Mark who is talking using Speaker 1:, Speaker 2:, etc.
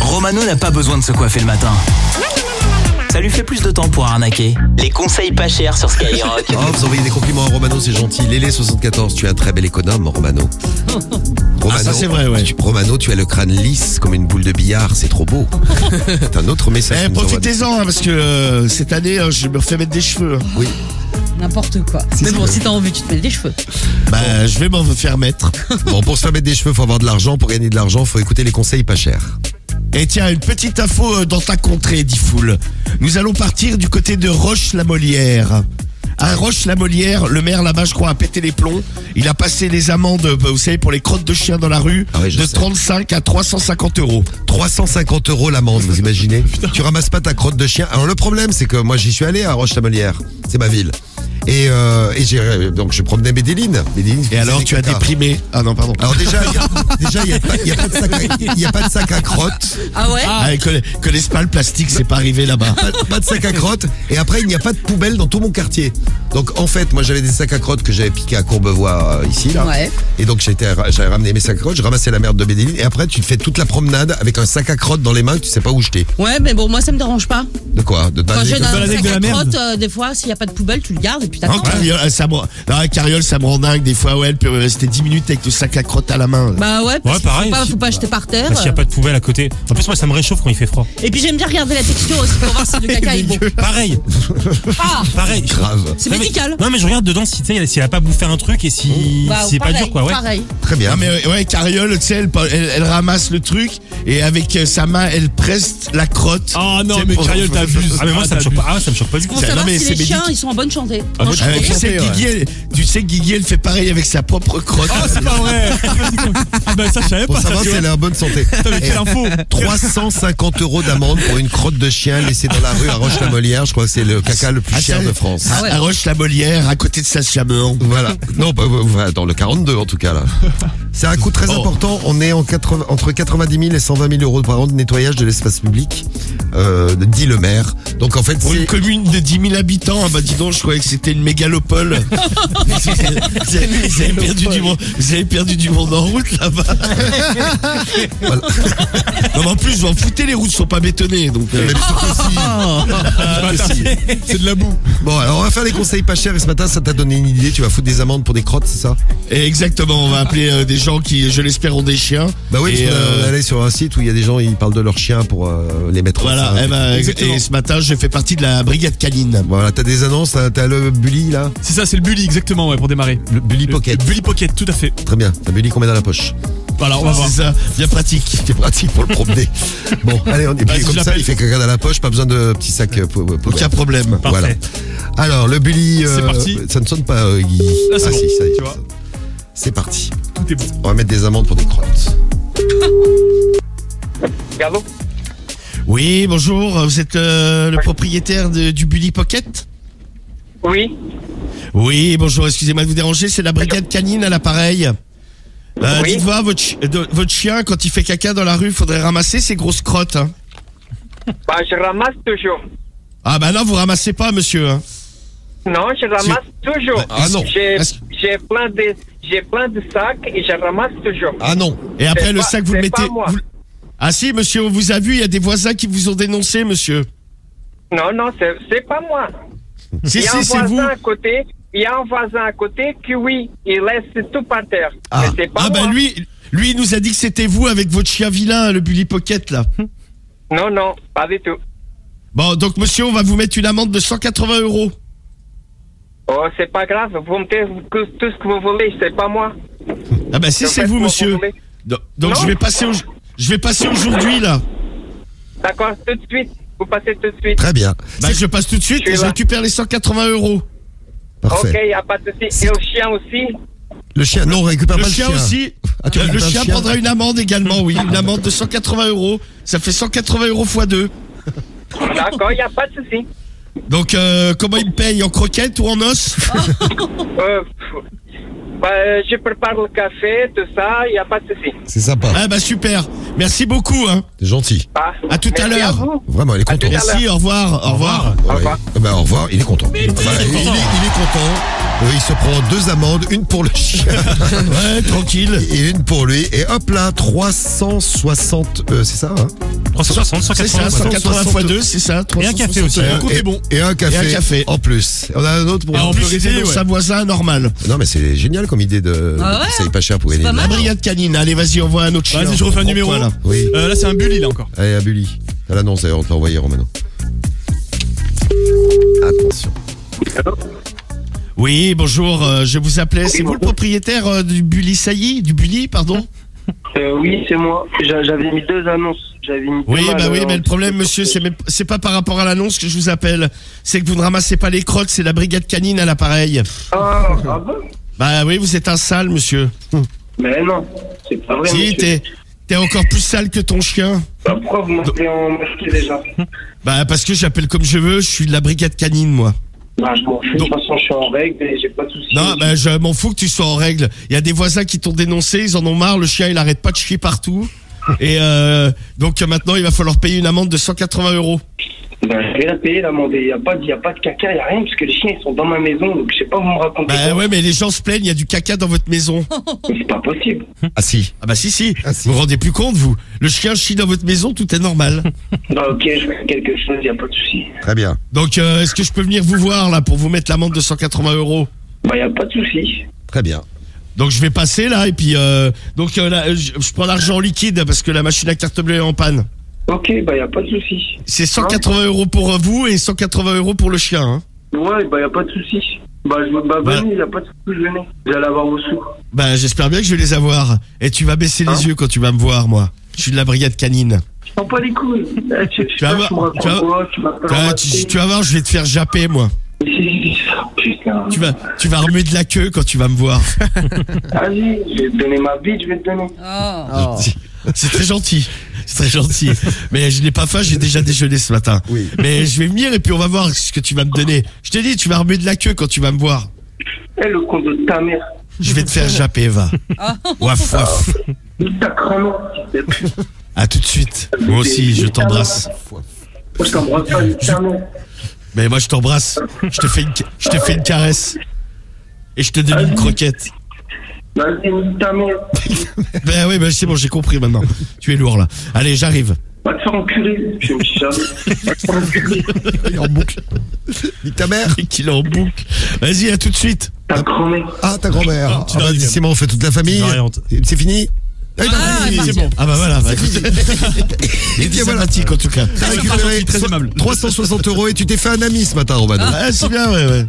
Speaker 1: Romano n'a pas besoin de se coiffer le matin. Ça lui fait plus de temps pour arnaquer. Les conseils pas chers sur Skyrock.
Speaker 2: Oh, vous envoyez des compliments à Romano, c'est gentil. Lélé74, tu es un très bel économe, Romano. Romano
Speaker 3: ça, c'est vrai, ouais.
Speaker 2: tu- Romano, tu as le crâne lisse comme une boule de billard, c'est trop beau. c'est un autre message.
Speaker 3: Eh,
Speaker 2: que nous envoie-
Speaker 3: profitez-en, hein, parce que euh, cette année, euh, je me refais mettre des cheveux. hein.
Speaker 2: Oui.
Speaker 4: N'importe quoi.
Speaker 2: Si,
Speaker 4: Mais
Speaker 2: si,
Speaker 4: bon,
Speaker 2: oui.
Speaker 4: si t'as envie, tu te mets des cheveux.
Speaker 3: Bah, je vais m'en faire mettre.
Speaker 2: Bon, pour se faire mettre des cheveux, faut avoir de l'argent. Pour gagner de l'argent, faut écouter les conseils pas chers.
Speaker 3: Et tiens, une petite info euh, dans ta contrée, dit Foul. Nous allons partir du côté de Roche-la-Molière. À Roche-la-Molière, le maire là-bas, je crois, a pété les plombs. Il a passé les amendes, euh, vous savez, pour les crottes de chiens dans la rue,
Speaker 2: Ah oui, je
Speaker 3: de
Speaker 2: sais.
Speaker 3: 35 à 350 euros.
Speaker 2: 350 euros l'amende, vous imaginez Tu ramasses pas ta crotte de chien. Alors le problème, c'est que moi j'y suis allé à Roche-la-Molière, c'est ma ville. Et, euh, et j'ai euh, donc je promenais Medellin. Medellin
Speaker 3: Et alors, tu as déprimé. Ah non, pardon.
Speaker 2: Alors déjà, il y a- déjà il y a, pas- il y a pas de sac à- il y a pas de sac à crotte.
Speaker 4: Ah ouais
Speaker 3: Ah, ils conna- connaissent pas le plastique, c'est pas arrivé là-bas.
Speaker 2: pas, de- pas de sac à crotte et après il n'y a pas de poubelle dans tout mon quartier. Donc en fait, moi j'avais des sacs à crotte que j'avais piqué à Courbevoie euh, ici là.
Speaker 4: Ouais.
Speaker 2: Et donc j'étais j'avais ramené mes sacs à crotte, je ramassais la merde de Medellin et après tu te fais toute la promenade avec un sac à crotte dans les mains que tu sais pas où jeter.
Speaker 4: Ouais, mais bon, moi, ça me dérange pas.
Speaker 2: De quoi De
Speaker 4: Quand j'ai
Speaker 2: de-
Speaker 4: un
Speaker 5: balader
Speaker 4: sac
Speaker 5: avec de
Speaker 4: à
Speaker 5: la merde.
Speaker 4: crotte, euh, des fois, s'il y a pas de poubelle, tu le gardes et puis
Speaker 3: En
Speaker 4: t'attends.
Speaker 3: carriole, euh, ça me... rend- Non, la carriole, ça me rend dingue. Des fois, ouais, elle peut rester 10 minutes avec le sac à crotte à la main.
Speaker 4: Bah ouais, parce
Speaker 5: Ouais,
Speaker 4: qu'il
Speaker 5: pareil,
Speaker 4: Faut pas,
Speaker 5: si-
Speaker 4: faut pas jeter par terre.
Speaker 5: Parce qu'il n'y a pas de poubelle à côté. En plus, moi, ça me réchauffe quand il fait froid.
Speaker 4: Et puis j'aime bien regarder la texture aussi pour voir si le caca est bon.
Speaker 5: Pareil,
Speaker 4: Ah
Speaker 5: pareil.
Speaker 2: Grave.
Speaker 4: C'est
Speaker 5: Non, mais-
Speaker 4: médical.
Speaker 5: Non, mais je regarde dedans si tu sais, si elle a pas bouffé un truc et si
Speaker 4: Bah,
Speaker 5: si c'est pas
Speaker 4: pareil,
Speaker 5: dur, quoi. Ouais.
Speaker 4: Pareil.
Speaker 2: Très bien.
Speaker 3: Ah mais ouais, ouais, carriole, tu sais, elle, elle- elle ramasse le truc et avec euh, sa main, elle presse la crotte.
Speaker 5: Ah
Speaker 3: Tu sais, pour-
Speaker 5: Ah, mais moi, ça me choque pas. Ah, ouais, ça me choque pas du tout.
Speaker 4: Pour
Speaker 3: Ça- non,
Speaker 4: savoir
Speaker 3: mais
Speaker 4: si
Speaker 3: c'est
Speaker 4: les chiens,
Speaker 3: médic-
Speaker 4: ils sont en bonne santé.
Speaker 5: Ah, moi, je
Speaker 3: Ah,
Speaker 4: Franchement.
Speaker 5: suis
Speaker 3: tu, sais, que Guigui, elle, tu sais que Guigui, elle fait pareil avec sa propre crotte.
Speaker 5: Oh, c'est pas vrai. ah, bah, ça, je savais
Speaker 2: Pour
Speaker 5: pas. Ça,
Speaker 2: savoir
Speaker 5: tu
Speaker 2: si
Speaker 5: vois.
Speaker 2: elle est en bonne santé.
Speaker 5: Putain, mais
Speaker 2: Et
Speaker 5: quelle info.
Speaker 2: 350 euros d'amende pour une crotte de chien laissée dans la rue à Roche-la-Molière. Je crois que c'est le caca le plus
Speaker 3: Ah,
Speaker 2: cher
Speaker 3: ça-
Speaker 2: de France.
Speaker 3: À,
Speaker 4: ouais.
Speaker 3: à Roche-la-Molière, à côté de Saint-Chamond.
Speaker 2: Voilà. Non, bah, bah, bah, dans le 42 en tout cas là. C'est un coût très
Speaker 3: Oh.
Speaker 2: important. On est en 80 entre 90 000 et 120 000 euros par an de nettoyage de l'espace public, euh, dit le maire. Donc en fait,
Speaker 3: Pour une
Speaker 2: c'est
Speaker 3: commune de 10 000 habitants, ah bah dis donc, je croyais que c'était une mégalopole. vous, avez, vous avez perdu du monde, vous avez perdu du monde en route là-bas. non, mais en plus, vous en foutez, les routes sont pas bétonnées. Donc, euh,
Speaker 2: Mais surtout si-
Speaker 5: C'est de la boue.
Speaker 2: Bon, alors on va faire les conseils pas chers et ce matin, ça t'a donné une idée. Tu vas foutre des amendes pour des crottes, c'est ça
Speaker 3: et exactement, on va appeler euh, des gens qui, je l'espère, ont des chiens.
Speaker 2: Bah oui,
Speaker 3: Et,
Speaker 2: parce qu'on a- on est
Speaker 3: euh,
Speaker 2: allé sur un site où il y a des gens, ils parlent de leurs chiens pour euh, les mettre.
Speaker 3: Voilà,
Speaker 2: en-
Speaker 3: eh ben,
Speaker 5: Exactement.
Speaker 3: et ce matin, je fais partie de la brigade canine.
Speaker 2: Voilà, t'as des annonces, t'as- t'as le bully là
Speaker 5: C'est ça, c'est le bully, exactement, ouais, pour démarrer.
Speaker 2: Le bully pocket.
Speaker 5: Le bully pocket, tout à fait.
Speaker 2: Très bien, t'as bully qu'on met dans la poche.
Speaker 3: Voilà, on va voir. C'est ça, bien pratique.
Speaker 2: C'est pratique pour le promener. Bon, allez, on est
Speaker 5: Vas-y,
Speaker 2: puis comme
Speaker 5: Bah, je
Speaker 2: ça,
Speaker 5: l'appelle.
Speaker 2: il fait caca dans la poche, pas besoin de petit sac euh, pou- pou-
Speaker 3: Aucun
Speaker 2: poubelle.
Speaker 3: problème.
Speaker 5: Parfait.
Speaker 2: Voilà. Alors, le bully.
Speaker 5: C'est parti.
Speaker 2: Ça ne sonne pas, euh, Guy.
Speaker 5: Ah, c'est bon,
Speaker 2: si, ça y est.
Speaker 5: tu vois.
Speaker 2: C'est parti.
Speaker 5: Tout est bon.
Speaker 2: On va mettre des amendes pour des crottes.
Speaker 6: Gardo
Speaker 3: Oui, bonjour, vous êtes euh, le propriétaire de- du Bully Pocket
Speaker 6: Oui.
Speaker 3: Oui, bonjour, excusez-moi de vous déranger, c'est la brigade canine à l'appareil. Euh,
Speaker 6: Oui.
Speaker 3: Dites-moi, votre, chi- euh, de- votre chien, quand il fait caca dans la rue, faudrait ramasser ses grosses crottes. hein.
Speaker 6: Bah, je ramasse toujours.
Speaker 3: Ah bah non, vous ramassez pas, monsieur. hein.
Speaker 6: Non, je ramasse toujours.
Speaker 2: Ah non.
Speaker 6: J'ai
Speaker 3: Est-ce-
Speaker 6: j'ai plein de j'ai plein de sacs et je ramasse toujours.
Speaker 2: Ah non.
Speaker 3: Et après,
Speaker 6: C'est
Speaker 3: le
Speaker 6: pas-
Speaker 3: sac, vous le
Speaker 6: c'est
Speaker 3: mettez...
Speaker 6: pas moi.
Speaker 3: vous- Ah si, monsieur, on vous a vu, il y a des voisins qui vous ont dénoncé, monsieur.
Speaker 6: Non, non, c'est c'est pas moi.
Speaker 3: si,
Speaker 6: Il y a
Speaker 3: si, c'est
Speaker 6: un
Speaker 3: vous.
Speaker 6: voisin à côté. Il y a un voisin à côté qui, oui, il laisse tout par terre.
Speaker 2: Ah.
Speaker 6: Mais c'est pas
Speaker 3: Ah bah
Speaker 6: moi.
Speaker 3: lui, lui il nous a dit que c'était vous avec votre chien vilain, le Bully Pocket là.
Speaker 6: Non, non, pas du tout.
Speaker 3: Bon, donc monsieur, on va vous mettre une amende de 180 euros.
Speaker 6: Oh, c'est pas grave. Vous me dites que- tout ce que vous voulez, c'est pas moi.
Speaker 3: Ah bah si
Speaker 6: Donc,
Speaker 3: c'est
Speaker 6: faites-moi
Speaker 3: vous
Speaker 6: vous
Speaker 3: monsieur.
Speaker 6: voulez.
Speaker 3: Do- Donc
Speaker 6: Non.
Speaker 3: je vais passer au- je vais passer aujourd'hui là.
Speaker 6: D'accord, tout de suite. Vous passez tout de suite.
Speaker 2: Très bien.
Speaker 3: Bah je passe tout de suite
Speaker 6: Je suis
Speaker 3: et je
Speaker 6: là.
Speaker 3: récupère les 180 euros.
Speaker 2: Parfait.
Speaker 6: Ok, y a pas de souci. Et le chien aussi.
Speaker 2: Le chien, non, on récupère
Speaker 3: Le
Speaker 2: pas
Speaker 3: chien
Speaker 2: le chien.
Speaker 3: aussi.
Speaker 2: Ah, tu
Speaker 3: Le-
Speaker 2: prends
Speaker 3: le
Speaker 2: pas le
Speaker 3: chien
Speaker 2: chien
Speaker 3: prendra une amende également, oui. Une amende de 180 euros. Ça fait 180 euros fois 2.
Speaker 6: D'accord, y a pas de souci.
Speaker 3: Donc euh, comment il me paye En croquette ou en os
Speaker 6: Euh, pff, bah, je prépare le café, tout ça, il n'y a pas de souci.
Speaker 2: C'est sympa.
Speaker 5: Hein
Speaker 3: Ah bah super. Merci beaucoup hein.
Speaker 2: C'est gentil.
Speaker 6: Ah,
Speaker 3: À tout à
Speaker 6: merci
Speaker 3: l'heure.
Speaker 6: vous.
Speaker 2: Vraiment, il est content.
Speaker 6: tout à l'heure.
Speaker 3: Merci, au revoir. Bah, Au revoir.
Speaker 2: Ouais.
Speaker 6: Au revoir.
Speaker 2: Eh ben, au revoir, il est content. Voilà, il, est, il est content. Euh, il se prend deux amendes, une pour le chien
Speaker 3: Ouais, tranquille.
Speaker 2: et une pour lui. Et hop là, 360, euh, c'est ça hein
Speaker 7: 360,
Speaker 3: C'est ça,
Speaker 7: 180.
Speaker 3: 180 x 2, c'est ça.
Speaker 5: Et un café
Speaker 3: 360.
Speaker 5: aussi. Le compte est bon.
Speaker 2: Euh, Et un café.
Speaker 3: Et un café.
Speaker 2: En plus. On a un autre pour.
Speaker 5: Et en
Speaker 3: On
Speaker 5: plus,
Speaker 3: peut rester
Speaker 5: essayer,
Speaker 3: dans
Speaker 5: ouais.
Speaker 3: sa voisin normal.
Speaker 2: Non, mais c'est génial comme idée de.
Speaker 4: Ah ouais,
Speaker 2: Ça y est pas cher pour gagner.
Speaker 4: pas
Speaker 2: de
Speaker 4: mal.
Speaker 2: l'argent.
Speaker 3: Brigade canine, allez, vas-y, envoie un autre chien.
Speaker 5: Vas-y, je refais un numéro.
Speaker 3: Voilà.
Speaker 2: Oui.
Speaker 5: Euh, là, c'est un bully, là encore.
Speaker 4: hein.
Speaker 2: Allez, à Bully. T'as l'annonce d'ailleurs, on t'a envoyé, Romano. Attention.
Speaker 3: Oui, bonjour, euh, je vous appelais. C'est vous le propriétaire euh, du Bully Sailly Du Bully, pardon
Speaker 8: Euh, oui, c'est moi. J'a- J'avais mis deux annonces. J'avais mis euh,
Speaker 3: Oui,
Speaker 8: deux
Speaker 3: bah oui,
Speaker 8: annonces.
Speaker 3: mais le problème, monsieur, c'est même- c'est pas par rapport à l'annonce que je vous appelle. C'est que vous ne ramassez pas les crottes, c'est la brigade canine à l'appareil.
Speaker 8: Ah, ah bon
Speaker 3: Bah oui, vous êtes un sale, monsieur.
Speaker 8: Mais non, c'est pas vrai.
Speaker 3: Si,
Speaker 8: monsieur.
Speaker 3: t'es t'es encore plus sale que ton chien.
Speaker 8: Bah, pourquoi vous m'appelez en masqué déjà
Speaker 3: Bah parce que j'appelle comme je veux, je suis de la brigade canine, moi.
Speaker 8: Bah, je m'en fous. De
Speaker 3: Donc-
Speaker 8: toute façon, je suis en règle et j'ai pas de soucis.
Speaker 3: Non, bah je m'en fous que tu sois en règle. Il y a des voisins qui t'ont dénoncé, ils en ont marre, le chien il arrête pas de chier partout. Et euh, donc euh, maintenant il va falloir payer une amende de 180 euros.
Speaker 8: Bah, j'ai rien payé, l'amende. Il n'y a, pas de- y a pas de caca, il n'y a rien, parce que les chiens, ils sont dans ma maison, donc je sais pas vous me racontez.
Speaker 3: Bah
Speaker 8: quoi.
Speaker 3: ouais mais les gens se plaignent, il y a du caca dans votre maison.
Speaker 8: Mais C'est pas possible.
Speaker 2: Ah si.
Speaker 3: Ah bah si si,
Speaker 2: Ah, si.
Speaker 3: vous vous rendez plus compte vous Le chien chie dans votre maison, tout est normal.
Speaker 8: Bah, ok, je fais quelque chose, il n'y a pas de soucis.
Speaker 2: Très bien.
Speaker 3: Donc euh, est-ce que je peux venir vous voir là pour vous mettre l'amende de 180 euros
Speaker 8: Bah, il n'y a pas de soucis.
Speaker 2: Très bien.
Speaker 3: donc je vais passer là et puis euh, donc euh, là, je, je prends l'argent en liquide parce que la machine à carte bleue est en panne.
Speaker 8: Ok, bah, il n'y a pas de soucis.
Speaker 3: C'est 180 euros pour vous et 180 euros pour le chien. Hein.
Speaker 8: Ouais, bah, il n'y a pas de soucis. Bah, je me bah,
Speaker 3: Bah.
Speaker 8: venez, il n'y a pas de soucis, venez. Vous allez avoir vos sous.
Speaker 3: Bah, j'espère bien que je vais les avoir. Et tu vas baisser les
Speaker 8: Hein
Speaker 3: yeux quand tu vas me voir, moi. Je suis de la brigade canine.
Speaker 8: Je sens pas les couilles. Eh, tu, tu,
Speaker 3: Tu vas
Speaker 8: sais pas, tu me
Speaker 3: voir- tu vas-
Speaker 8: racontes quoi, tu m'appelles en
Speaker 3: Ah,
Speaker 8: masqué.
Speaker 3: tu, tu vas voir, je vais te faire japper, moi.
Speaker 8: Si, si, si. Putain.
Speaker 3: Tu vas, tu vas remuer de la queue quand tu vas me voir.
Speaker 8: Vas-y, je vais te donner ma bite, je vais te donner.
Speaker 4: Oh.
Speaker 3: C'est très gentil. C'est très gentil. Mais je n'ai pas faim, j'ai déjà déjeuné ce matin.
Speaker 2: Oui.
Speaker 3: Mais je vais venir et puis on va voir ce que tu vas me donner. Je t'ai dit, tu vas remuer de la queue quand tu vas me voir.
Speaker 8: Eh, le con de ta mère.
Speaker 3: Je vais te faire japper, va. Waf, waf.
Speaker 8: Il t'a cramé.
Speaker 3: À tout de suite. Moi aussi, je t'embrasse.
Speaker 8: Je t'embrasse pas, il t'a cramé.
Speaker 3: Mais moi, je t'embrasse. Je te fais une, ca- je te fais une caresse. Et je te donne une croquette.
Speaker 8: Vas-y, nique ta mère.
Speaker 3: Ben oui, ben c'est bon, j'ai compris maintenant. Tu es lourd là. Allez, j'arrive.
Speaker 8: Va te faire enculer. Je me suis jamais. Va te faire enculer.
Speaker 3: Il est en boucle.
Speaker 2: Nique ta mère.
Speaker 3: Qu'il est en boucle. Vas-y, à tout de suite.
Speaker 8: Ta grand-mère.
Speaker 2: Ah, ta grand-mère. Ah,
Speaker 5: l'as
Speaker 2: bah,
Speaker 5: dit,
Speaker 2: c'est bon, on fait toute la famille.
Speaker 7: Variante.
Speaker 2: C'est c'est fini Ah, il a
Speaker 4: Ah,
Speaker 2: fini.
Speaker 4: il est parti.
Speaker 5: C'est bon.
Speaker 3: Ah bah voilà, vas-y.
Speaker 2: Et
Speaker 3: Il est
Speaker 2: tiens, voilà.
Speaker 3: sympathique en tout cas.
Speaker 2: T'as
Speaker 5: Très
Speaker 2: récupéré
Speaker 5: gentil, très
Speaker 2: so-
Speaker 5: aimable.
Speaker 2: 360 euros et tu t'es fait un ami ce matin, Romano.
Speaker 3: Ah, c'est bien, ouais, ouais.